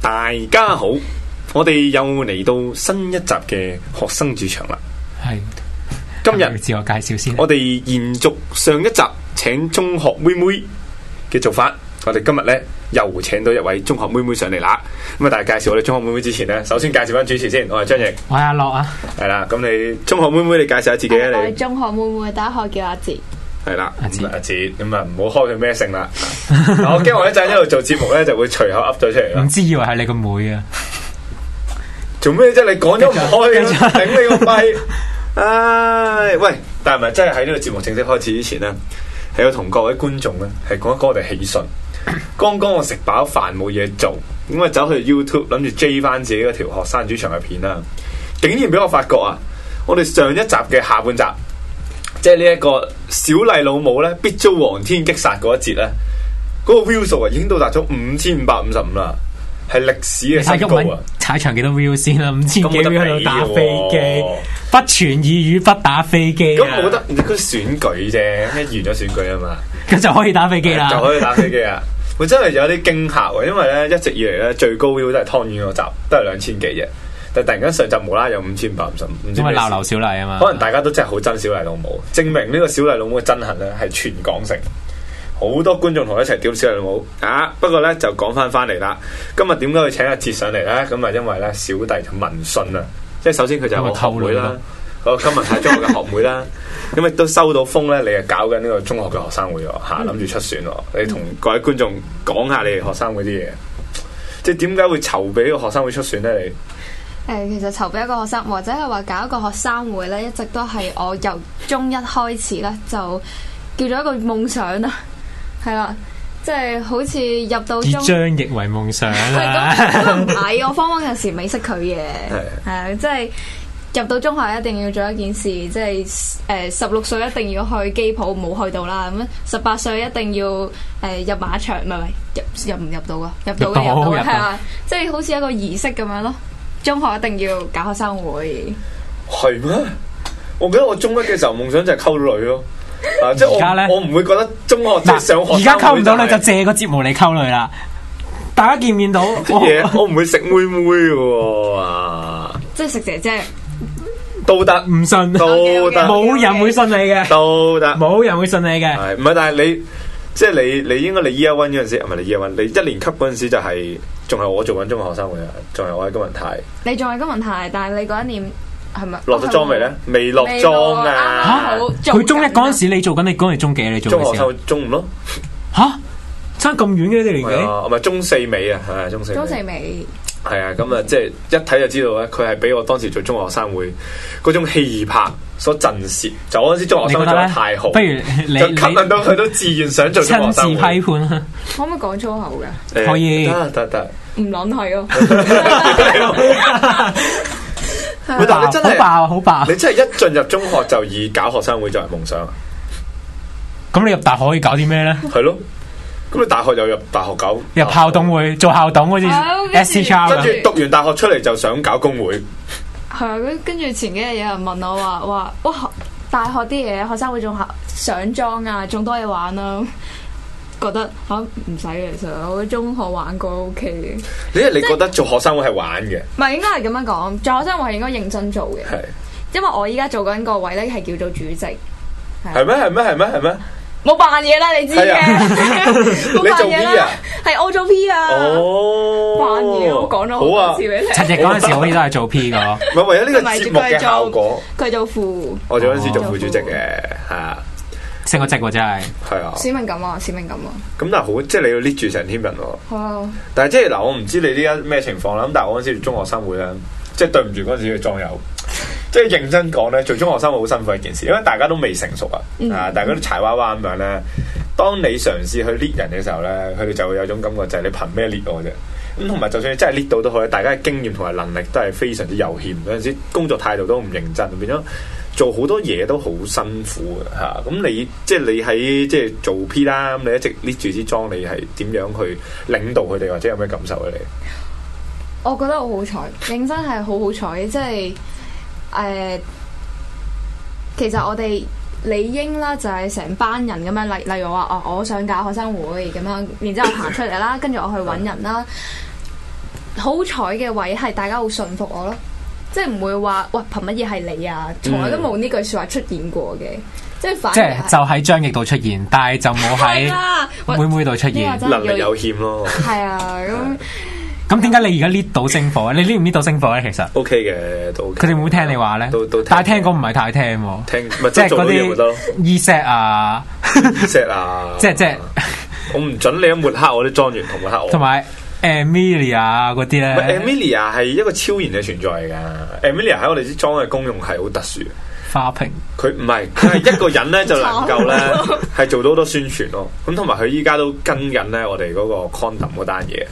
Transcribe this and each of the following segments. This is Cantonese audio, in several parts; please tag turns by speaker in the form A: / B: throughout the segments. A: 大家好，我哋又嚟到新一集嘅學生主場啦。
B: 系
A: 今日
B: 自我介紹先，
A: 我哋延續上一集請中學妹妹嘅做法，我哋今日呢又請到一位中學妹妹上嚟啦。咁啊，但係介紹我哋中學妹妹之前呢，首先介紹翻主持先，我係張翼，
B: 我係阿樂啊，
A: 係啦。咁你中學妹妹，你介紹下自己
C: 我
A: 啊，
C: 係
A: 你
C: 中學妹妹，大家可以叫阿哲。
A: 係啦，
B: 阿哲
A: 咁啊阿哲，咁啊唔好開佢咩姓啦。我驚我一陣一路做節目呢，就會隨口噏咗出嚟啦
B: 唔。知以為係你個妹啊，
A: 做咩啫？你講咗唔開嘅，頂你個肺！唉，喂，但係咪真係喺呢個節目正式開始之前呢，係要同各位觀眾呢，係講一講我哋喜訊。剛剛我食飽飯冇嘢做，咁啊走去 YouTube 諗住追翻自己嗰條學生主場嘅片啦，竟然俾我發覺啊！我哋上一集嘅下半集，即係呢一個小麗老母呢，必遭黃天擊殺嗰一節呢，嗰、個 view 數啊已經到達咗五千五百五十五啦，係歷史
B: 你
A: 嘅
B: 睇
A: 新高
B: 鬱
A: 啊
B: 文！踩場幾多 view 先啦，五千幾
A: 咁冇得
B: view 喺
A: 比
B: 度打飛機
A: 喎，
B: 不傳意語不打飛機啊
A: 咁我覺得佢選舉啫，一完咗選舉啊嘛，
B: 咁就可以打飛機啦
A: 就，可以打飛機啊！ 我真係有啲驚嚇喎，因為咧一直以嚟咧最高 view 都係湯圓嗰集，都係兩千幾啫。但突然間上集無啦啦有五千五百五十，唔知
B: 因為
A: 咩
B: 鬧劉
A: 事。
B: 小麗啊嘛，
A: 可能大家都真係好憎小麗老母，證明呢個小麗老母嘅憎恨咧係全港性。好多觀眾同我一齊屌小麗老母啊！不過咧就講翻翻嚟啦，今日點解要請阿哲上嚟咧？咁啊，因為咧小弟就聞訊啊，即係首先佢就係我學妹啦，我今日係中學嘅學妹啦，咁亦都收到風咧，你係搞緊呢個中學嘅學生會喎嚇，諗住出選喎，你同各位觀眾講下你哋學生會啲嘢，即係點解會籌備呢個學生會出選咧？你？
C: 誒、其實籌備一個學生，或者係話搞一個學生會咧，一直都係我由中一開始咧，就叫做一個夢想啦，係啦，即係好似入到
B: 以
C: 中。
B: 張翼為夢想啊
C: 係
B: 啦，
C: 咁都唔矮，我方方有時未識佢嘅，係啊，即係。入到中學一定要做一件事，即係誒十六歲一定要去機鋪，冇去到啦。咁十八歲一定要誒、呃入馬場，唔係唔係入入唔入到啊？入到
B: 入到
C: 嘅入到
B: 入
C: 嘅，
B: 到
C: 係啊，即係好似一個儀式咁樣咯。中學一定要搞學生會，
A: 係咩？我記得我中一嘅時候夢想就係溝女咯，啊，即係
B: 而家呢
A: 我我唔會覺得中學即係上學
B: 嗱，而家溝唔到女就
A: 生會係
B: 借個節目嚟溝女啦，大家見唔見到？
A: 啲嘢，我唔會食妹妹嘅喎，啊
C: 即係食姐姐。
A: 都 得
B: 唔信，
A: 都得
C: OK，OK
B: 冇人會信你嘅，
A: 都得，
B: 冇人會信你嘅，
A: 係唔係？但係你即係你你應該你 year one 嗰陣時，唔係你 year one，你一年級嗰陣時就係仲係我做緊中學學生會啊，仲係我喺金文泰
C: 你仲係金文泰，但係你嗰一年係咪
A: 落咗莊未咧？？未落
C: 啊未
A: 莊
C: 落啱啱
A: 啊
B: 嚇！
C: 好！做
B: 佢中一
C: 緊
B: 嗰陣時你做緊，你嗰陣中幾啊？你做
A: 中
B: 嘅
A: 學
B: 時候
A: 生中五咯，
B: 吓差咁遠嘅呢啲年
A: 係
B: 紀，
A: 啊，唔係中四尾啊，係中四尾
C: 中四未？
A: 係啊，咁啊，即係一睇就知道咧，佢係俾我當時做中學生會嗰種氣魄所震懾。就我嗰陣時中學生
B: 你覺
A: 會做
B: 得
A: 得
B: 咧？
A: 太好，
B: 不如你
A: 就吸引
B: 你
A: 到佢都自願想做中學
B: 親自
A: 生
B: 批
A: 會。
B: 判啦，
C: 可唔可以講粗口㗎？
A: 誒
B: 可以
A: 得得得，
C: 唔撚係咯。
A: 喂但係
B: 好
A: 你真係
B: 爆啊好爆！
A: 你真係一進入中學就以搞學生會作為夢想啊，
B: 咁你入大學可以搞啲咩 咧？
A: 係咯？咁你大學又入大學搞，
B: 入校董會做校董好似
C: 係咯跟住
B: S C
A: 哦跟
B: R 啊
A: 住讀完大學出嚟就想搞工會，
C: 係啊，跟跟住前幾日有人問我話話，哇，學大學啲嘢學生會仲考上莊啊，仲多嘢玩啊， 覺得嚇唔使嘅，其實我中學玩過 O K 嘅，
A: 你你覺得做學生會係玩嘅，
C: 唔係應該係咁樣講，做學生會係應該認真做嘅，
A: 係
C: 因為我依家做緊個位咧係叫做主席，
A: 係咩係咩係咩係咩？
C: 冇扮嘢啦，你知
A: 係
C: 嘅，
A: 啊
C: 冇扮嘢
A: 你做 V 啊
C: 啦，係我做 P 啊，
A: 哦，
C: 扮嘢我講咗
A: 好
C: 好
A: 啊
C: 多次，俾你
B: 七
C: 聽，
B: 夕嗰陣時好似都係做 P 嘅，
A: 唔係為咗呢
C: 唔
A: 個
C: 係
A: 節目嘅
C: 佢係做哦
A: 效果。
C: 佢做副
A: 我做嗰陣時做副主席嘅，係啊，
B: 升個職喎真係。
A: 係啊。
C: 使命感啊，使命感啊，
A: 咁但係好，即係你要 lead 住成 team 人喎。
C: 係啊。
A: 但係即係嗱，我唔知你呢家咩情況啦。咁但係我嗰陣時做中學生會咧，即係對唔住嗰陣時嘅莊友。即係認真講咧，做中學生會好辛苦一件事，因為大家都未成熟啊，啊，大家都柴娃娃咁樣咧。當你嘗試去 lead 人嘅時候咧，佢哋就會有種感覺就係你憑咩 lead 我啫。咁同埋就算你真係 lead 到都好咧，大家嘅經驗同埋能力都係非常之有欠，有陣時工作態度都唔認真，變咗做好多嘢都好辛苦嘅嚇。咁、你即係你喺即係做 P 啦，咁你一直 lead 住支裝，你係點樣去領導佢哋，或者有咩感受
B: 啊
A: 嘅你？
C: 我覺得我好彩，認真係好好彩，即係誒、呃其實我哋理應啦，就係成班人咁樣，例例如我話
B: 嗯
C: 哦，我想搞學生會咁樣，然之後行出嚟啦，跟住我去揾人啦。好彩嘅位係大家好信服我咯，即係唔會話喂憑乜嘢係你啊，從來都冇呢句説話出現過嘅，即係反
B: 嗯即
C: 而
B: 係就喺張譯度出現，但係就冇
A: 哎
C: 係
B: 喺
C: 啊，喂
B: 妹妹度出
C: 呢個
B: 現。
C: 真
A: 能
C: 係
A: 力
C: 要
A: 有欠咯。
C: 係啊咁。
B: 咁點解你而家 lead 到星火咧？你 lead 唔 lead 到星火咧？其實
A: O K 嘅，都 OK
B: 佢哋會唔會聽你話咧
A: 都都？
B: 但係聽講唔係太聽喎，
A: 聽，咪
B: 即
A: 即
B: 係
A: 係做
B: 嗰
A: 到嘢咪得 咯
B: 啲。ESET 啊，
A: 石啊，
B: 即係即係
A: 我唔准你抹黑我啲莊園同抹黑我。
B: 同埋 Emilia 嗰啲
A: 唔係
B: 咧，
A: Emilia 係一個超然嘅存在嚟噶，Emilia 喺我哋啲莊嘅功用係好特殊嘅。
B: 花瓶
A: 佢唔係佢係一個人咧就能夠咧係做到好多宣傳咯。咁同埋佢依家都跟緊咧我哋嗰個 condom 嗰單嘢。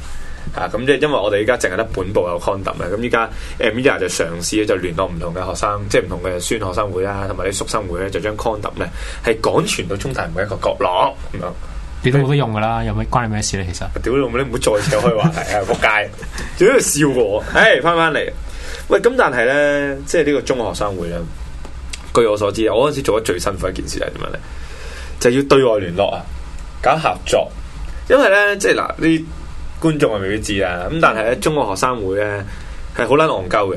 A: 啊，咁即係因為我哋依家淨係得本部有 condom 咧，咁依家誒 media 就嘗試咧就聯絡唔同嘅學生，即係唔同嘅孫學生會啦，同埋啲宿生會咧，就將 condom 咧係廣傳到中大每一個角落咁樣。
B: 你都冇得用噶
A: 嗯
B: 啦，有咩關你咩事咧？其實
A: 啊屌你老母，你唔好再扯開話題啊！仆街，仲喺度笑我。唉，翻翻嚟，喂，咁但係咧，即係呢個中學生會咧，據我所知，我嗰陣時做得最辛苦一件事係點樣咧？就係要對外聯絡啊，搞合作，因為咧，即係嗱，啲觀眾係未必知啊。咁但係咧，中學學生會咧係好撚戇鳩嘅。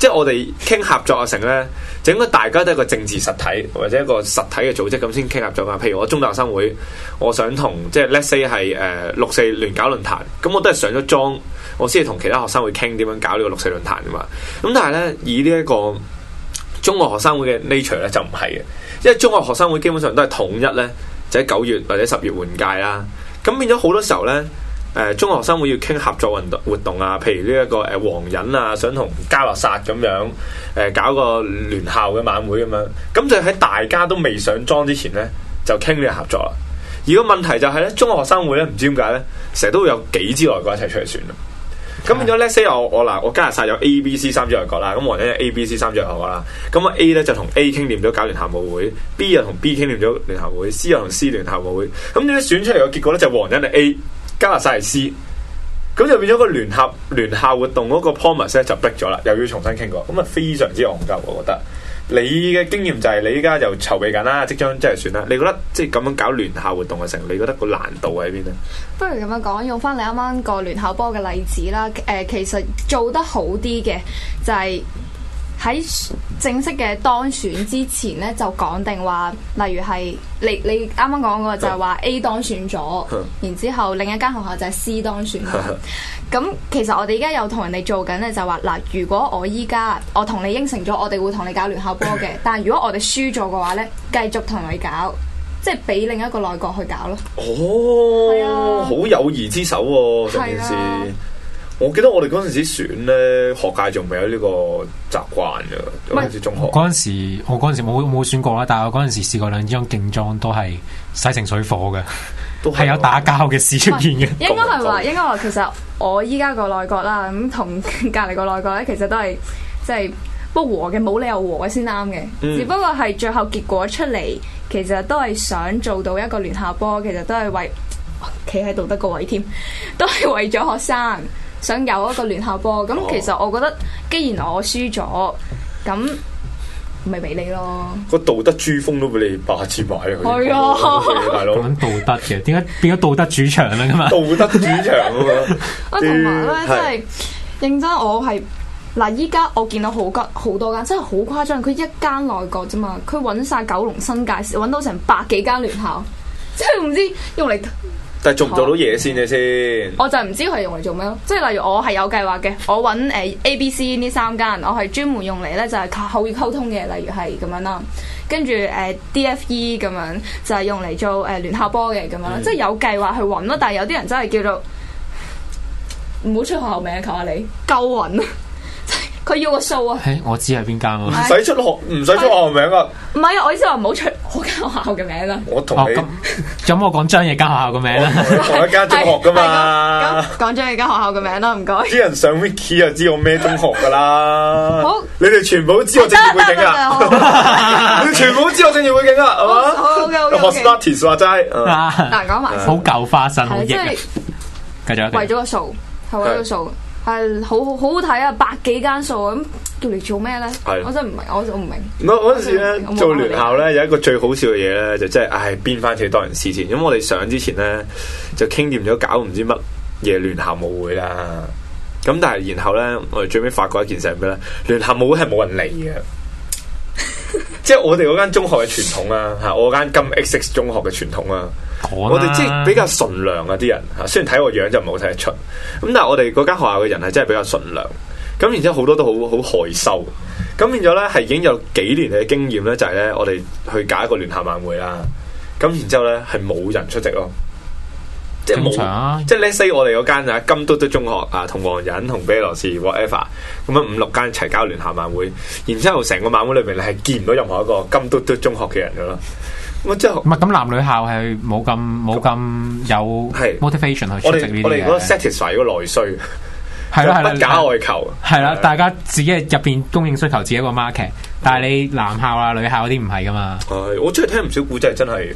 A: 即係我哋傾合作啊，成咧就應該大家都係一個政治實體或者一個實體嘅組織咁先傾合作啊。譬如我中大學生會，我想同即係 let's say 係誒、呃六四聯搞論壇，咁我都係上咗莊，我先係同其他學生會傾點樣搞呢個六四論壇噶嘛。咁但係咧，以呢、一個中學學生會嘅 nature 咧就唔係嘅，因為中學學生會基本上都係統一咧，就喺九月或者十月換屆啦。咁變咗好多時候咧，誒、中學學生會要傾合作運動活動啊，譬如呢、一個誒、黃仁啊，想同嘉諾撒咁樣誒、搞個聯校嘅晚會咁樣，咁就喺大家都未上莊之前咧，就傾呢個合作啦。而個問題就係、咧，中學學生會咧唔知點解咧，成日都會有幾支外國一齊出嚟選啊咁變咗 let's say 我我嗱我加拿大有 A、B、C 三隻外國啦，咁黃人有 A、B、C 三隻外國啦，咁啊 A 咧就同 A 傾掂咗搞聯校舞會，B 又同 B 傾掂咗聯校會，C 又同 C 聯校舞會，咁點解選出嚟嘅結果咧就係黃人係 A，加拿大係 C，咁就變咗個聯合聯校活動嗰個 promise 咧就 break 咗啦，又要重新傾過，咁啊非常之戇鳩，我覺得。你嘅經驗就係你依家就籌備緊啦，即將即係選啦。你覺得即係咁樣搞聯校活動嘅成，你覺得個難度喺邊咧？
C: 不如咁樣講，用翻你啱啱個聯考波嘅例子啦。誒、其實做得好啲嘅就係、喺正式嘅當選之前咧，就講定話，例如係你 你啱啱講過就係話 A 當選 咗
A: 嗯，
C: 然之後另一間學校就係 C 當選咗。 咁其實我哋而家有同人哋做緊咧，就話嗱，如果我依家我同你應承咗，我哋會同你搞聯考波嘅，但係如果我哋輸咗嘅話咧，繼續同你搞，即係俾另一個內閣去搞咯。係
A: 哦，
C: 啊
A: 好友誼之手喎、成件事
C: 係啊。
A: 我記得我哋嗰陣時選咧，學界仲未有呢個習慣嘅，
C: 唔係
A: 嗰陣時中學。
B: 嗰陣時，我嗰陣時冇冇選過啦，但係我嗰陣時試過兩張勁裝都係洗成水火嘅，
A: 哦都啊
B: 係有啊打交嘅事出現嘅。
C: 應該係話，應該話其實我依家個內閣啦，咁同 隔離個內閣咧，其實都係即係不和嘅，冇理由和嘅先啱嘅。
A: 嗯
C: 只不過係最後結果出嚟，其實都係想做到一個聯校波，其實都係為哇企喺道德個位添， 都係為咗學生想有一個聯校波。咁
A: 哦
C: 其實我覺得，既然我輸咗，咁咪俾你咯。
A: 個道德珠峰都俾你霸佔埋啊！佢
C: 係啊
A: 係啊大佬
B: 講緊道德嘅，點解變咗道德主場啦？咁啊，
A: 道德主場啊嘛。
C: 啊，同埋
A: 嗯
C: 咧，真係認真，我係嗱，依家我見到好間好多間，真係好誇張。佢一間內閣啫嘛，佢揾晒九龍新界，揾到成百幾間聯校，即係唔知用嚟，
A: 但係做唔做到嘢先嘅先？
C: 我就唔知佢係用嚟做咩咯。即係例如我係有計劃嘅，我揾誒 A、B、C 呢三間，我係專門用嚟咧就係口語溝通嘅，例如係咁樣啦。跟住誒 DFE 咁樣就係用嚟做誒聯校波嘅咁樣啦，即係有計劃去揾咯。但係有啲人真係叫做唔好出學校名，求下你夠揾啊！即係佢要個數啊！
B: 誒，我知係邊間啊
A: 唔
B: 喎。
A: 使出學，唔使出學校名啊！
C: 唔係啊，我意思話唔好出我間學校嘅名啦。
A: 我同
B: 哦，
A: 你
B: 咁咁我講張嘢間學校個名啦。
A: 我同一間中學噶嘛
C: 係。啊咁講咗你間學校嘅名啦，唔該。
A: 啲人上 wiki 就知我咩中學噶啦。
C: 好
A: 你哋全部都知我政治背景啊！
C: 得得得得
A: 你哋全部都知我政治背景啊，係嘛？
C: 好好嘅好嘅好嘅
A: s t a t u s 話齋，啊
B: 啊
C: 嗱，講埋
B: 好舊花生，好
C: 係
B: 型
C: 即
B: 啊。
C: 係。
B: 繼續啊，繼
C: 為
B: 續
C: 咗個數，係為咗個數，係好好好好睇啊！百幾間數咁叫嚟做咩咧
A: 係？
C: 我真係唔明，我我唔明。
A: 我嗰陣時咧
C: 我冇
A: 做聯校咧有一個最好笑嘅嘢咧，就真係唉邊番嘢當人事前。咁我哋上之前咧就傾掂咗搞唔知乜嘢聯校舞會啦。咁但係然後咧，我哋最尾發覺一件事係咩咧？聯合舞會係冇人嚟嘅。即係我哋嗰間中學嘅傳統啦，吓我間金 X X 中學嘅傳統啦，
B: 講
A: 我
B: 啦
A: 哋即係比較純良啊啲人吓，雖然睇我樣就唔好睇得出，咁但係我哋嗰間學校嘅人係真係比較純良，咁然之後好多都好好害羞，咁變咗咧係已經有幾年嘅經驗咧，就係咧我哋去搞一個聯校晚會啦，咁然之後咧係冇人出席咯，即係
B: 正常
A: 冇。
B: 啊。
A: 即係 let's say 我哋嗰間啊金都都中學啊，同黃仁、同比利羅士 whatever 咁樣五六間齊交聯校晚會，然之後成個晚會裏面你係見唔到任何一個金都都中學嘅人噶咯。咁之後
B: 唔係咁，男女校係冇咁冇咁有
A: 係
B: motivation 去
A: 我
B: 出
A: 哋
B: 席呢
A: 我哋
B: 啲
A: 嗰個
B: 嘢，
A: satisfy 嗰個內需，
B: 係啦係啦，
A: 不假外求。
B: 係啦，大家自己入邊供應需求自己一個 market，但係你男校啊、女校嗰啲唔係噶嘛，
A: 係我真係聽唔少古仔，真係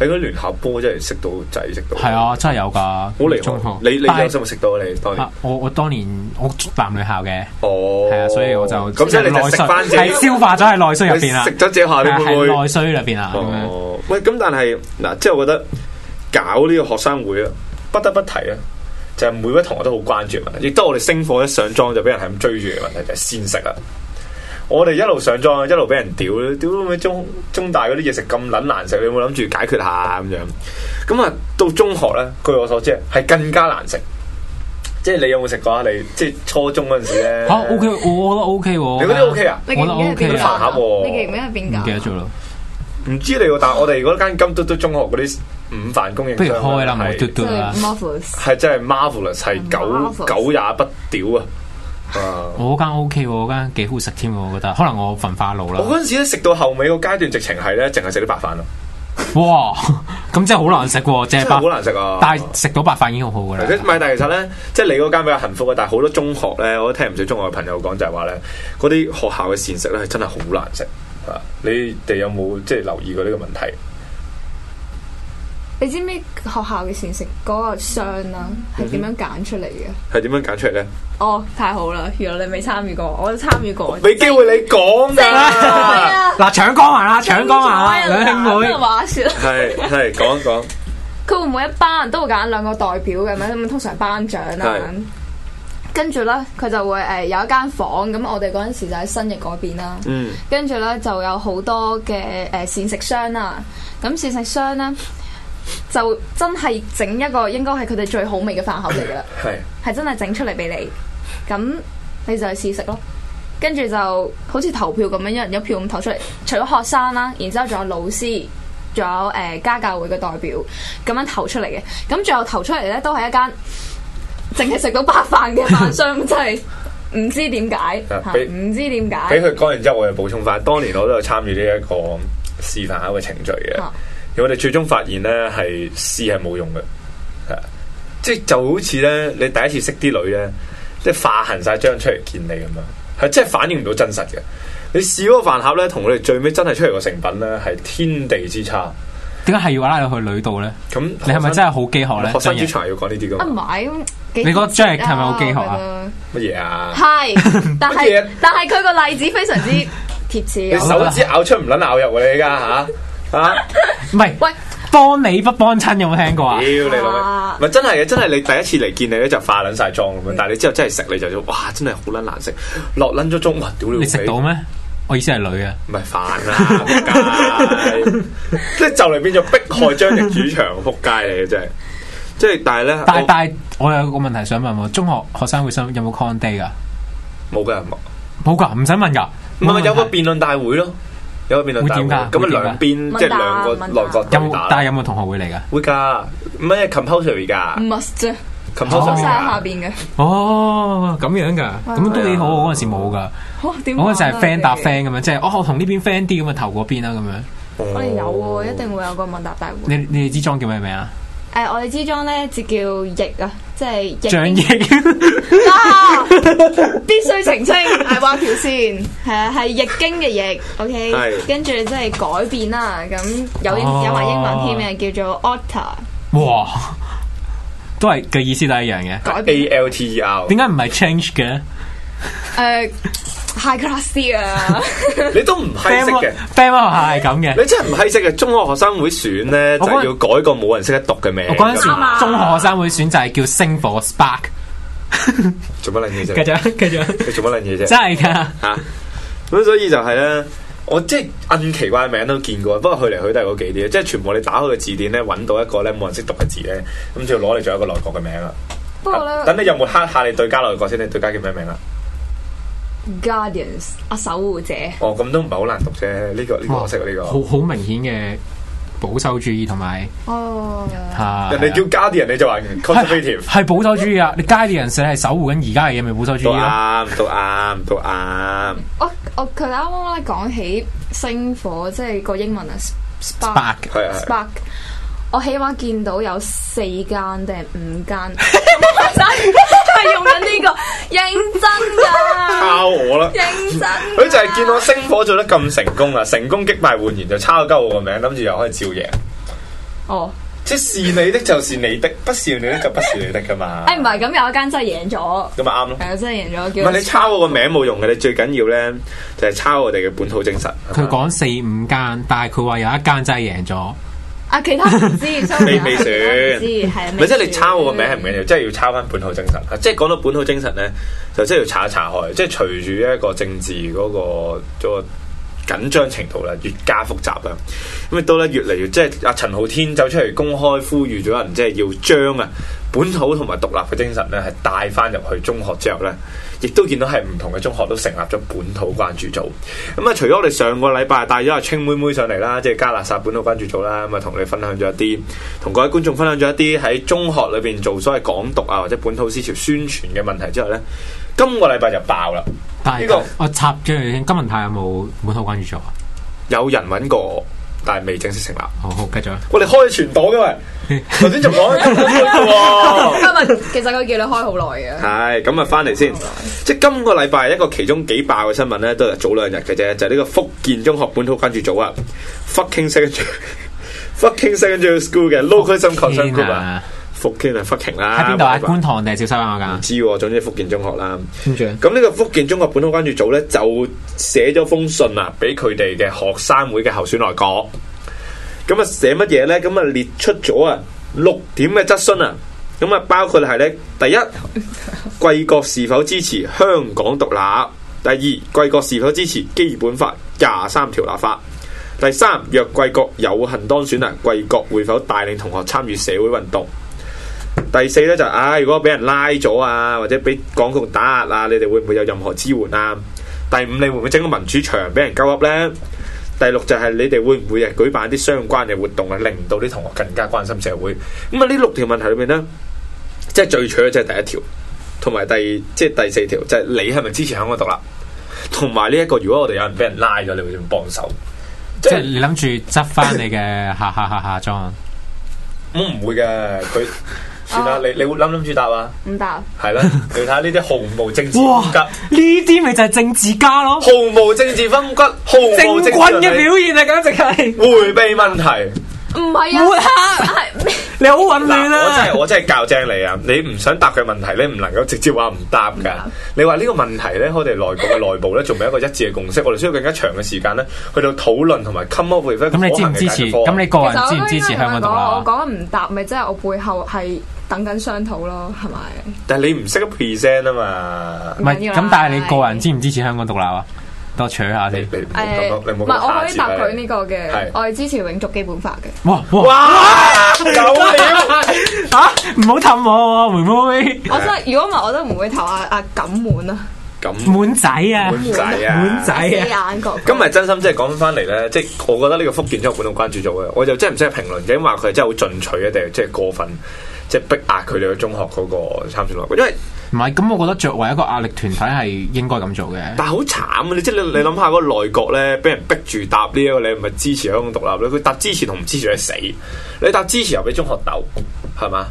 A: 喺嗰啲聯校波真係識到仔識到。
B: 係，啊，真係有噶。
A: 好厲
B: 中
A: 害
B: 學！
A: 你你
B: 但係
A: 有心識到啊你當然
B: 啊我我當年我男女校嘅，
A: 哦，
B: 係啊，所以我就
A: 咁即係你就食翻自
B: 係
A: 己，
B: 消化咗喺內需入
A: 你
B: 邊啦，啊
A: 食咗自己下，你
B: 係
A: 會唔會？
B: 係內需入邊啊啦。咁樣
A: 哦，喂，咁但係嗱，即係我覺得搞呢個學生會啊，不得不提啊，就係每位同學都好關注嘅問題，亦都我哋升課一上莊就俾人係咁追住嘅問題就係膳食啦。我哋一路上莊，一路俾人屌，屌到咩中中大嗰啲嘢食咁撚難食，你有冇諗住解決下咁樣？咁啊，到中學咧，據我所知係更加難食。即係你有冇食過啊？你即係初中嗰陣時咧，
B: 嚇 OK，我覺得 OK 喎。
A: 你嗰啲 OK 啊？
C: 你記唔記得係邊
B: 我覺得 OK
C: 間
A: 啊
C: 啊
A: 飯盒喎？
C: 你記唔記得係邊啊
B: 唔記得
C: 間？
B: 咗啦，
A: 唔知你喎，但係我哋嗰間金嘟嘟中學嗰啲午飯供應
B: 不
A: 商
B: 如開啦，唔好嘟
A: 係
B: 嘟啦
C: 即。係 Marvels。
A: 係真係 marvelous，係九
C: Marvellous
A: 九也不屌啊！啊！
B: 我嗰間 OK 喎，嗰間幾好食添喎，我覺得。可能我焚化爐
A: 我
B: 啦。
A: 嗰陣時咧食到後尾個階段，直情係咧，淨係食啲白飯咯，
B: 哇，咁真係好難食喎，淨
A: 真
B: 係
A: 係好
B: 白，
A: 難食啊！
B: 但係食到白飯已經好好噶啦。
A: 唔係，但係其實咧，即係你嗰間比較幸福嘅，但係好多中學咧，我都聽唔少中學嘅朋友講就係話咧，嗰啲學校嘅膳食咧係真係好難食啊！你哋有冇即係留意過呢個問題？
C: 你知唔知學校嘅膳食嗰個箱啊，係點樣揀出嚟嘅？
A: 係點樣揀出嚟咧？
C: 哦，太好啦！原來你未參與過，我都參與過。
A: 俾機會你講㗎，
C: 啊
B: 嗱，搶光環啦，搶光環啦，兩兄
C: 真係
B: 妹。
C: 話説啦，
A: 係係講一講。
C: 佢會唔會一班人都會揀兩個代表嘅咩？咁通常班長啦
A: 係，
C: 跟住咧佢就會誒、呃有一間房，咁我哋嗰陣時就喺新翼嗰邊啦。
A: 嗯，
C: 跟住咧就有好多嘅誒膳食商啦。咁膳食商咧就真係整一個應該係佢哋最好味嘅飯盒嚟噶啦，
A: 係
C: 係真係整出嚟俾你。咁你就去試食咯。跟住就好似投票咁樣，一人一票咁投出嚟。除咗學生啦，然之後仲有老師，仲有誒、呃家教會嘅代表咁樣投出嚟嘅。咁最後投出嚟咧，都係一間淨係食到白飯嘅飯商，真係唔知點解
A: 啊
C: 嚇
A: 俾
C: 唔知點解。
A: 俾佢講完之後，我又補充翻，當年我都有參與呢一個試飯盒嘅程序嘅
C: 啊，
A: 而我哋最終發現咧係試係冇用嘅，係啊即係就好似咧你第一次識啲女咧，即係化痕晒張出嚟見你咁樣，係真係反映唔到真實嘅。你試嗰個飯盒咧，同我哋最尾真係出嚟個成品咧係天地之差。
B: 點解係要拉你去女度咧？
A: 咁
B: 你係咪真係好飢渴
A: 學生
B: 咧？
A: 學生
B: 真
A: 主
B: 係
A: 場係要講呢啲
C: 啊
A: 噶
C: 唔
A: 嘛？
C: 係，咁
B: 你
C: 幾
B: 覺得張力
C: 節
B: 係咪好飢渴啊
C: 我覺
A: 乜
C: 得
A: 嘢啊？
C: 係，但
A: 乜嘢
C: 係但係佢個例子非常之貼
A: 你
C: 切啊。
A: 手指咬出唔撚咬入喎你而家嚇啊！
B: 唔係
C: 喂，
B: 幫你不幫親有冇聽過啊
A: 屌？你老
C: 哇嗯
A: 味！咪真係嘅，真係你第一次嚟見你咧就化撚晒妝咁樣，但係你之後真係食你就哇真係好撚難食，落撚咗鐘哇屌你老味！
B: 你食到咩？我意思係女啊，
A: 唔係飯啦，仆 街！即係就嚟變咗迫害張力主場，仆街嚟嘅真係。即係但係咧，
B: 但係
A: 我
B: 但係我有個問題想問喎，中學學生會生有冇 con day 噶？
A: 冇㗎，冇
B: 冇噶，唔使問噶。
A: 唔係有個
B: 冇問題
A: 辯論大會咯，有個辯論大會
B: 會點㗎
A: 咁啊
B: 會點㗎
A: 兩邊
C: 問
A: 即係
C: 答
A: 兩個
C: 問答
A: 內閣
B: 有
A: 對
B: 冇？但係
A: 打。
B: 有冇同學會嚟噶？
A: 會㗎，咩 compulsory 㗎
C: must 啫，
B: 哦
C: 講晒
A: compulsory
C: 喺下
A: 㗎。
C: 邊嘅。
B: 哦，咁樣噶，咁都幾好。我嗰陣時冇噶，
C: 哇點玩啊
B: 我嗰陣時係 friend 搭。
C: 你哋
B: friend 咁樣，即係哦我同呢邊 friend 啲咁啊，投嗰邊啦咁樣。
A: 哦
C: 我哋哦哎有喎，一定會有個問答大會。
B: 你你哋支裝叫咩名啊？
C: 誒，我哋之中咧，就叫翼啊，即係翼
B: 張翼。
C: 啊，必須澄清，係畫條 線，係啊，係易經嘅易
A: 係
C: ，OK，跟住即係改變啦，咁有英
B: 哦
C: 有埋英文添嘅，叫 做 alter
B: 哇，都係嘅意思都係一樣嘅。
C: 改變。
A: A L T E R。
B: 點解唔係 change 嘅
C: 誒 high class 啲啊，
A: 你都唔係識嘅。
B: ？band 學校係咁 嘅。
A: 你真係唔閪識嘅，中學學生會選咧就
B: 我
A: 係
B: 嗰
A: 要改個冇人識得讀嘅名。
B: 我嗰陣時
C: 啱啊
B: 中學學生會選就係叫星火 spark，
A: 做乜撚嘢
B: 繼
A: 啫？
B: 續 繼續，
A: 你做乜撚嘢啫？
B: 真係㗎。
A: 吓，咁所以就係咧，我即係摁奇怪嘅名都見過，不過去嚟去都係嗰幾啲，即係全部你打開個字典咧，揾到一個咧冇人識讀嘅字咧，咁就要攞嚟做一個內閣嘅名啦。
C: 不過
A: 等
C: 咧
A: 你有冇黑下你對家內閣先？你對家叫咩名啊？
C: ，Guardians 啊守護者，
A: 哦，咁都唔係好難讀啫。呢、個呢、個我識啊呢
B: 好
A: 個。
B: 好明顯嘅保守主義同埋
C: 哦，
B: 嚇，
A: 人哋叫 Guardian 你就 話 conservative，
B: 係保守主義啊！你街啲人寫係守護緊而家嘅嘢，咪保守主
A: 都
B: 義咯。
A: 啱，都啱，都啱。
C: 我我佢啱啱咧講起星火，即係個英文啊 spark。
B: 白
A: 係啊係啊
C: Spark，我起碼見到有四間定係五間，係用緊呢個認真 噶，
A: 抄我啦！
C: 認真㗎。
A: 佢就係見我星火做得咁成功啦，成功擊敗換言就抄鳩我個名，諗住又可以照贏。
C: 哦，
A: 即是你的就是你的，不是你的就不是你的噶嘛。
C: 哎誒唔係咁，有一間真係贏咗，
A: 咁咪啱咯。
C: 係啊，真係贏咗
A: 唔
C: 叫。
A: 係你抄我個名冇用嘅，你最緊要咧就係抄我哋嘅本土精神。
B: 佢講四五間，但係佢話有一間真係贏咗。
C: 啊，其他 唔知，所
A: 未
C: 以我
A: 未
C: 其
A: 選
C: 他唔知係啊
A: 唔係即係你抄我個名係唔緊要，即係要抄翻本土精神。即係講到本土精神咧，就即係要查一查開，即係隨住一個政治嗰、個嗰、個緊張程度咧越加複雜啦，咁亦都咧越嚟越即係阿陳浩天走出嚟公開呼籲咗人，即係要將啊本土同埋獨立嘅精神咧係帶翻入去中學之後咧，亦都見到係唔同嘅中學都成立咗本土關注組。咁啊，除咗我哋上個禮拜帶咗阿青妹妹上嚟啦，即係加拿薩本土關注組啦，咁啊同你分享咗一啲，同各位觀眾分享咗一啲喺中學裏邊做所謂港獨啊或者本土思潮宣傳嘅問題之後咧，今個禮拜就爆啦，
B: 但
A: 呢
B: 係
A: 個
B: 我插咗佢先，金文泰有冇本土關注咗啊？
A: 有人揾過我，但係未正式成立。
B: 好好，繼續啊。
A: 我哋開全黨 嘅喂，頭先仲講緊喎。
C: 今日其實佢叫你開好耐嘅，
A: 係咁啊，翻嚟先，即係今個禮拜一個其中幾爆嘅新聞咧，都係早兩日嘅啫，就係呢個福建中學本土關注組啊，fucking secondary fucking secondary school 嘅 local s o m concern group 啊，
B: 啊
A: 福建啊 fucking 啦，
B: 喺邊度啊？
A: 唔
B: 觀塘定係小西灣嗰間？
A: 知喎，總之福建中學啦。
B: 跟住
A: 咁呢個福建中學本土關注組咧就寫咗封信啊，俾佢哋嘅學生會嘅候選內閣。咁啊寫乜嘢咧？咁啊列出咗啊六點嘅質詢啊。咁啊包括係咧，第一，貴國是否支持香港獨立？第二，貴國是否支持基本法廿三條立法？第三，若貴國有幸當選啊，貴國會否帶領同學參與社會運動？第四咧就係唉、如果俾人拉咗啊，或者俾港共打壓啊，你哋會唔會有任何支援啊？第五，你會唔會整個民主牆俾人鳩噏呢？第六就係你哋會唔會啊舉辦啲相關嘅活動啊，令到啲同學更加關心社會。咁啊，呢六條問題裏面呢，即係最扯嘅就係第一條，同埋第即係第四條，就係、你係咪支持香港獨立？同埋呢一個，如果我哋有人俾人拉咗，你會點幫手？
B: 即係你諗住執翻你嘅下下下下裝，
A: 我嗯唔會嘅，佢算啦
C: 哦。
A: 你你會諗諗住答啊？
C: 唔答。
A: 系 啦，你睇下呢啲毫無政治
B: 哇
A: 風！骨，
B: 呢啲咪就係政治家咯，
A: 毫無政治風骨，毫
B: 政
A: 無
B: 棍
A: 政治
B: 嘅
A: 倫理
B: 表現啊，簡直係
A: 回避問題。
C: 唔係
B: 抹
C: 啊，
B: 黑，
C: 係
B: 你好混亂
A: 嗱，我真
B: 啊
A: 係！我真係教精你啊！你唔想答嘅問題咧，唔能夠直接話唔答㗎。
B: 啊
A: 你話呢個問題咧，我哋內部嘅內部咧，仲未有一個一致嘅共識，我哋需要更加長嘅時間咧，去到討論同埋 come up with 一個
B: 咁你支
A: 可行
B: 唔
A: 嘅
B: 支持
A: 解？決方案
B: 咁你個
C: 其
B: 人
C: 實我
B: 支唔
C: 都
B: 支
C: 應
B: 持
C: 該
B: 香港
C: 咁樣講，我
B: 獨立啊？
C: 講唔答咪即係我背後係等緊商討咯，係咪？
A: 但係你唔識得 present 啊嘛。
B: 唔係咁，但係你個人支唔支持香港獨立啊？多取下
A: 你
B: 先。
A: 你唔好咁
C: 誒，
A: 講，你
C: 唔
A: 唔好咁
C: 係我
A: 下
C: 可以
A: 次
C: 答
A: 啦
C: 佢
A: 你
C: 呢個
A: 係
C: 嘅，我係支持永續基本法嘅。
B: 哇哇
A: 哇，有料！
B: 啊！唔好氹我喎，妹妹，
C: 我真係，如果唔係我都唔會投阿阿錦滿啊，
A: 咁
B: 滿仔啊，
A: 滿仔啊，
B: 滿仔
C: 四
B: 啊，
C: 眼角。
A: 今日真心即係講翻嚟咧，即係我覺得呢個福建中學本土關注組嘅，我就真係唔識評論嘅，因為話佢係真係好進取嘅，定係即係過分即係逼壓佢哋嘅中學嗰個參選內閣。因為
B: 唔係咁，我覺得作為一個壓力團體係應該咁做嘅。
A: 但係好慘啊！你即係你你諗下嗰個內閣咧，俾人逼住答呢、一個，你唔係支持香港獨立咧？佢答支持同唔支持係死，你答支持又俾中學鬥，係嘛？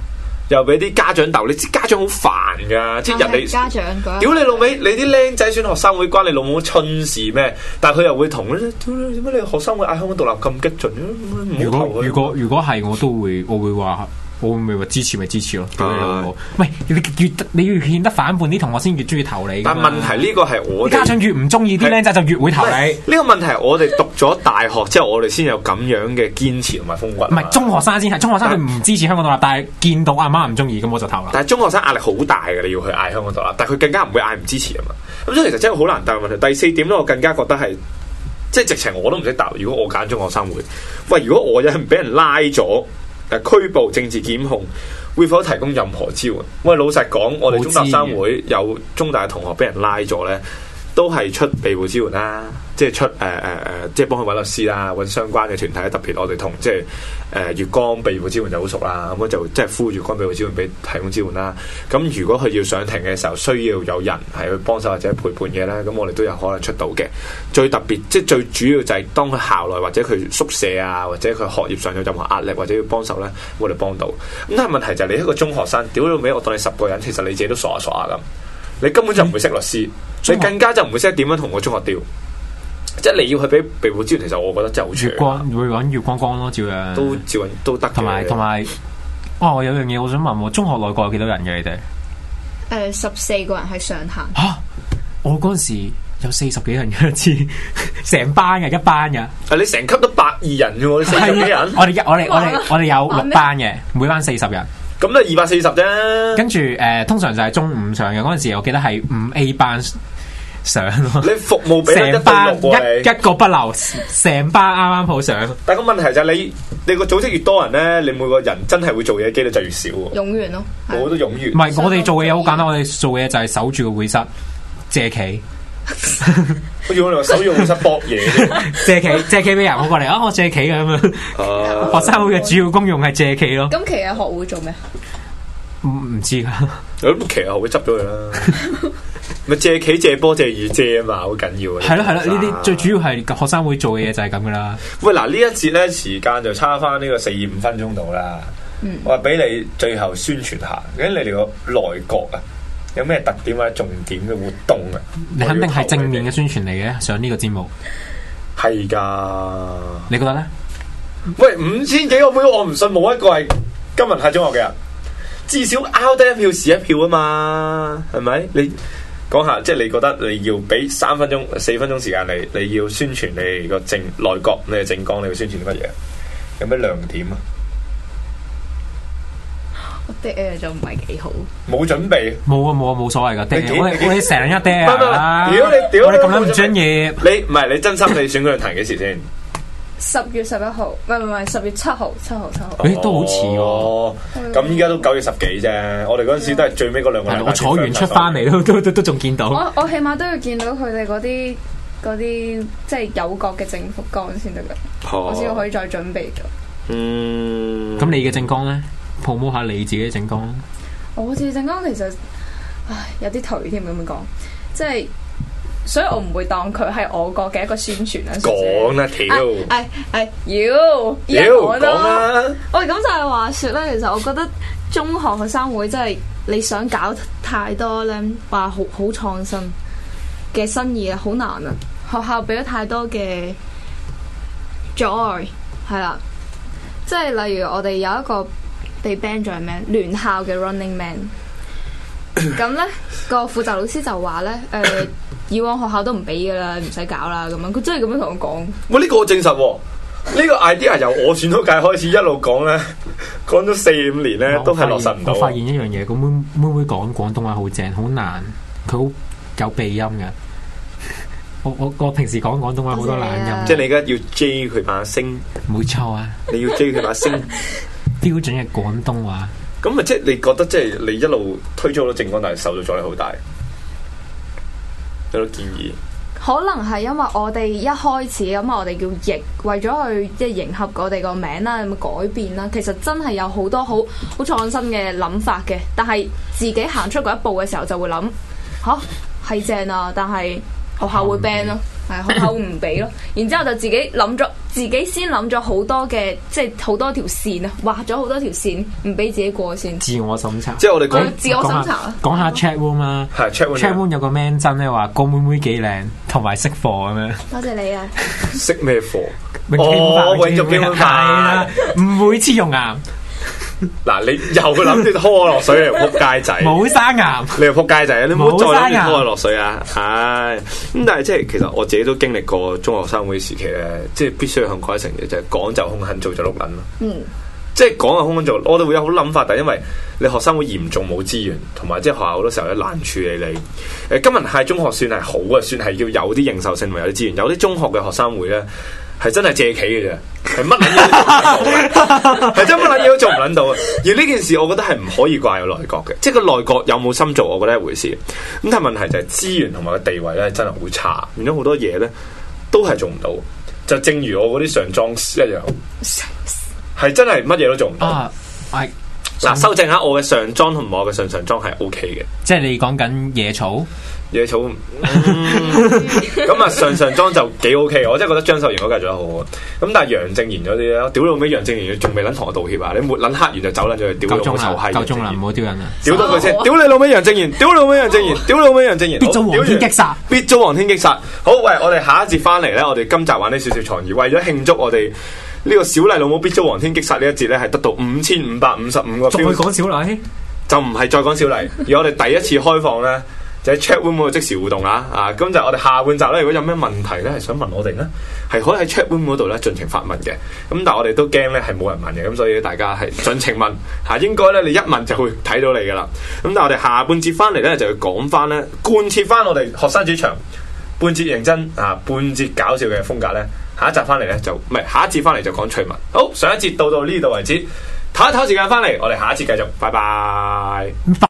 A: 又俾啲家長鬥，你知家長好煩㗎，即係人哋。
C: 家長嗰一
A: 屌你老味！你啲僆仔選學生會關你老母春事咩？但係佢又會同咧，屌你點解你學生會嗌香港獨立咁激進？唔好啊
B: 如
A: 投
B: 果
A: 佢
B: 如果如果係我都會，我會話我咪話支持咪支持咯，屌你老母！唔係你越你越顯得反叛啲同學先越中意投你㗎
A: 但問
B: 嘛。
A: 題呢個係我
B: 家
A: 哋
B: 長越唔中意啲僆仔就越會投你。
A: 呢個問題，我哋讀咗大學之後，我哋先有咁樣嘅堅持同埋風骨。
B: 唔係，中學生先係中學生，佢唔支持香港獨立，但係見到阿媽唔中意，咁我就投啦。
A: 但係中學生壓力好大嘅，你要去嗌香港獨立，但係佢更加唔會嗌唔支持啊嘛。咁所以其實真係好難答嘅問題。第四點咧，我更加覺得係即係直情我都唔識答。如果我揀中學生會，喂，如果我有人俾人拉咗，誒拘捕、政治檢控，會否提供任何支援？喂，老實講，我哋中大生會有中大嘅同學俾人拉咗咧，都係出庇護支援啦。即係出誒誒誒，即係幫佢揾律師啦，揾相關嘅團體，特別我哋同即係誒、呃月光庇護支援就好熟啦，咁就即係呼月光庇護支援俾提供支援啦。咁如果佢要上庭嘅時候，需要有人係去幫手或者陪伴嘅咧，咁我哋都有可能出到嘅。最特別即係最主要就係當佢校內或者佢宿舍啊，或者佢學業上有任何壓力或者要幫手咧，我哋幫到。咁但係問題就係你一個中學生，屌你老味，我當你十個人，其實你自己都傻下傻下
B: 嗯
A: 咁，你根本就唔會識律師，
B: 中
A: 你
B: 學
A: 更加就唔會識得點樣同個中學調。即係你要去俾庇護支援，其實我覺得真係好
B: 月
A: 長啊，
B: 光會揾月光光咯，照樣。
A: 都照樣都得嘅
B: 同埋同埋，哦，我有樣嘢我想問喎，中學內國有幾多人嘅你哋？
C: 誒十四個人係上限，
B: 嚇！我嗰陣時有四十幾人嘅一次，成班嘅一班嘅，
A: 啊你成級都百二人啫喎，你四十幾
B: 係啊
A: 人，
B: 我哋一我哋我哋
C: 哇
B: 我哋有
C: 哇
B: 六班嘅，每班四十人。
A: 咁都二百四十啫。
B: 跟住誒，通常就係中午上嘅嗰陣時，我記得係五 A 班上咯。
A: 你服務 俾一
B: 成班
A: 對六
B: 一
A: 喎你，
B: 一個不留，成班啱啱好上。
A: 但個問題就係你你個組織越多人咧，你每個人真係會做嘢嘅機率就越少喎。
C: 冗員咯，係
A: 我都勇於
B: 唔係我哋做嘢好簡單，我哋做嘢就係守住個會室，借旗，
A: 好似我哋話手語好識搏嘢 啫。
B: 借旗，借旗俾人好過嚟啊！我借旗嘅咁樣。
A: 啊
B: 學生會嘅主要功用係借旗咯，
C: 咁其實學會做咩？啊
B: 唔唔知㗎。
A: 咁其實我會執咗佢啦。咪借棋、借波、借雨、借啊嘛，好緊要啊！
B: 係咯係咯，呢啲最主
A: 要。
B: 要係學生會做嘅嘢就係咁噶啦。
A: 喂，嗱呢一節咧時間就差翻呢個四五分鐘度啦。我話俾你最後宣傳下，究竟你哋個內閣啊有咩特點或者重點嘅活動啊？
B: 你肯定係正面嘅宣傳嚟嘅，上呢個節目，
A: 係㗎。
B: 你覺得咧？
A: 喂，五千幾個妹，我唔信冇一個係金文泰中學嘅人，至少 out 得一票是一票啊嘛，係咪？你講下，即係你覺得你要俾三分鐘、四分鐘時間你，你要宣傳你個政內閣、你嘅政綱，你要宣傳啲乜嘢？有咩亮點啊？
C: 我啲嘢就唔係幾好，
A: 冇準備，
B: 冇啊冇啊冇所謂㗎，
A: 你幾
B: 嗲我
A: 你幾
B: 哋我哋成日一嗲啊！
A: 唔係唔係屌你屌
B: 我
A: 你
B: 哋咁撚唔
A: 冇
B: 專業，
A: 你唔係你真心你選舉論壇幾時先？
C: 十月十一號，唔係唔係十月七號，七號七號。
B: 誒都好似喎。
A: 哦，咁依家都九月十幾啫，我哋嗰陣時都係最尾嗰兩個禮
B: 係
A: 拜。
B: 咯我坐完出翻嚟都都都都仲見到。
C: 我我起碼都要見到佢哋嗰啲嗰啲即係有角嘅政府綱先得㗎，
A: 哦，
C: 我先可以再準備咗。
A: 嗯，
B: 咁你嘅政綱咧，promo 下你自己嘅政綱啦。
C: 我自正剛其實唉有啲頹添咁樣講，即係所以我唔會當佢係我國嘅一個宣傳啊啦。
A: 講啦，屌！
C: 係係啊妖
A: 屌，講！啦！
C: 喂，咁就係話説咧，其實我覺得中學學生會真係你想搞太多咧，話好好創新嘅新意啊，好難啊！學校俾咗太多嘅阻礙，係啦，即係例如我哋有一個被 ban 咗係咩？聯校嘅 Running Man。咁咧個負責老師就話咧，誒、以往學校都唔俾噶啦，唔使搞啦咁樣。佢真係咁樣同我講。
A: 喂，呢、個我證實喎、呢、個 idea 由我選到界開始一路講咧，講咗四五年咧，都係落實唔到
B: 我。發現一樣嘢，個妹妹妹講廣東話好正，好難，佢好有鼻音 嘅。我我我平時講廣東話好多懶
A: 即係
B: 音，
A: 你而家要 J 佢把聲，
B: 冇錯啊，
A: 你要 J 佢把聲，
B: 標準嘅廣東話。
A: 咁啊咪即係你覺得即係你一路推咗好多政綱，但係受到阻力好大。有啲建議，
C: 可能係因為我哋一開始咁，啊我哋叫譯，為咗去即係迎合我哋個名啦，咁啊改變啦。其實真係有好多好好創新嘅諗法嘅，但係自己行出嗰一步嘅時候就會諗，吓、係正啊，但係學校會 ban 咯，係學校會唔俾咯。然之後就自己諗咗，自己先諗咗好多嘅，即係好多條線啊，畫咗好多條線，唔俾自己過線。
B: 自我審查。
A: 即係我哋講
C: 嗯自我審查啊
B: 講下 chat room 啦
A: 係 check
B: ，chat
A: one
B: room 有個 man 真咧話個妹妹幾靚，同埋識貨咁樣。
C: 多謝你啊！
A: 識咩課？
B: 永基本法啊
A: 哦永續基本法
B: 係啦，唔會黐用岩。
A: 嗱，你又諗住拖我落水嚟撲街仔，
B: 冇生癌，啊
A: 你係撲街仔，你唔好再
B: 冇生
A: 諗
B: 啊
A: 住拖我落水啊！唉，咁但係即係其實我自己都經歷過中學生會時期咧，即係必須向改成嘅就係講就兇狠，做就碌撚咯。
C: 嗯，
A: 即係講就兇狠做，我哋會有好諗法，但係因為你學生會嚴重冇資源，同埋即係學校好多時候咧難處理你。誒、金文泰中學算係好嘅，算係要有啲認受性同埋有啲資源。有啲中學嘅學生會咧係真係借企嘅啫，係乜撚嘢都做唔到嘅。係 真乜撚嘢都做唔撚到啊！而呢件事，我覺得係唔可以怪個內閣嘅，即係個內閣有冇心做，我覺得係一回事。咁但係問題就係資源同埋個地位咧，真係好差，變咗好多嘢咧都係做唔到。就正如我嗰啲上莊一樣，係真係乜嘢都做唔到。
B: 啊，係
A: 嗱、修正下我嘅上莊同埋我嘅上上莊係 O K 嘅。
B: 即係你講緊野草，
A: 野草，嗯咁啊、上上莊就幾 OK，我真係覺得張秀賢嗰屆做得好好。咁但係楊正賢嗰啲咧，屌老尾楊正賢仲未撚同我道歉啊！你抹撚黑完就走撚咗去，屌
B: 夠
A: 你老母
B: 鐘
A: 臭
B: 啦
A: 閪，啊
B: 夠
A: 楊
B: 鐘
A: 正
B: 啦，
A: 賢
B: 唔好啊丟人啦，
A: 屌到佢先，屌你老味楊正賢，屌你老味楊正賢，屌你老味楊正賢，
B: 必遭黃 天擊殺。
A: 必遭黃天擊殺。好，喂，我哋下一節翻嚟咧，我哋今集玩啲少少創意，為咗慶祝我哋呢個小麗老母必遭黃天擊殺呢一節咧，係得到五千五百五十五個
B: 再
A: views
B: 講小麗，
A: 就唔係再講小麗， 而我哋第一次開放咧。就喺 chat room 嗰度即時互動啦，啊，咁就我哋下半集咧，如果有咩問題咧，係想問我哋咧，係可以喺 chat room 嗰度咧盡情發問嘅。咁但係我哋都驚咧係冇人問嘅，咁所以大家係盡情問嚇、啊，應該咧你一問就會睇到你噶啦。咁但係我哋下半節翻嚟咧就要講翻咧貫徹翻我哋學生主場半節認真啊，半節搞笑嘅風格咧，下一集翻嚟咧就唔係下一節翻嚟就講趣聞。好，上一節到到呢度為止，唞一唞時間翻嚟，我哋下一節繼續，拜拜。
B: 拜。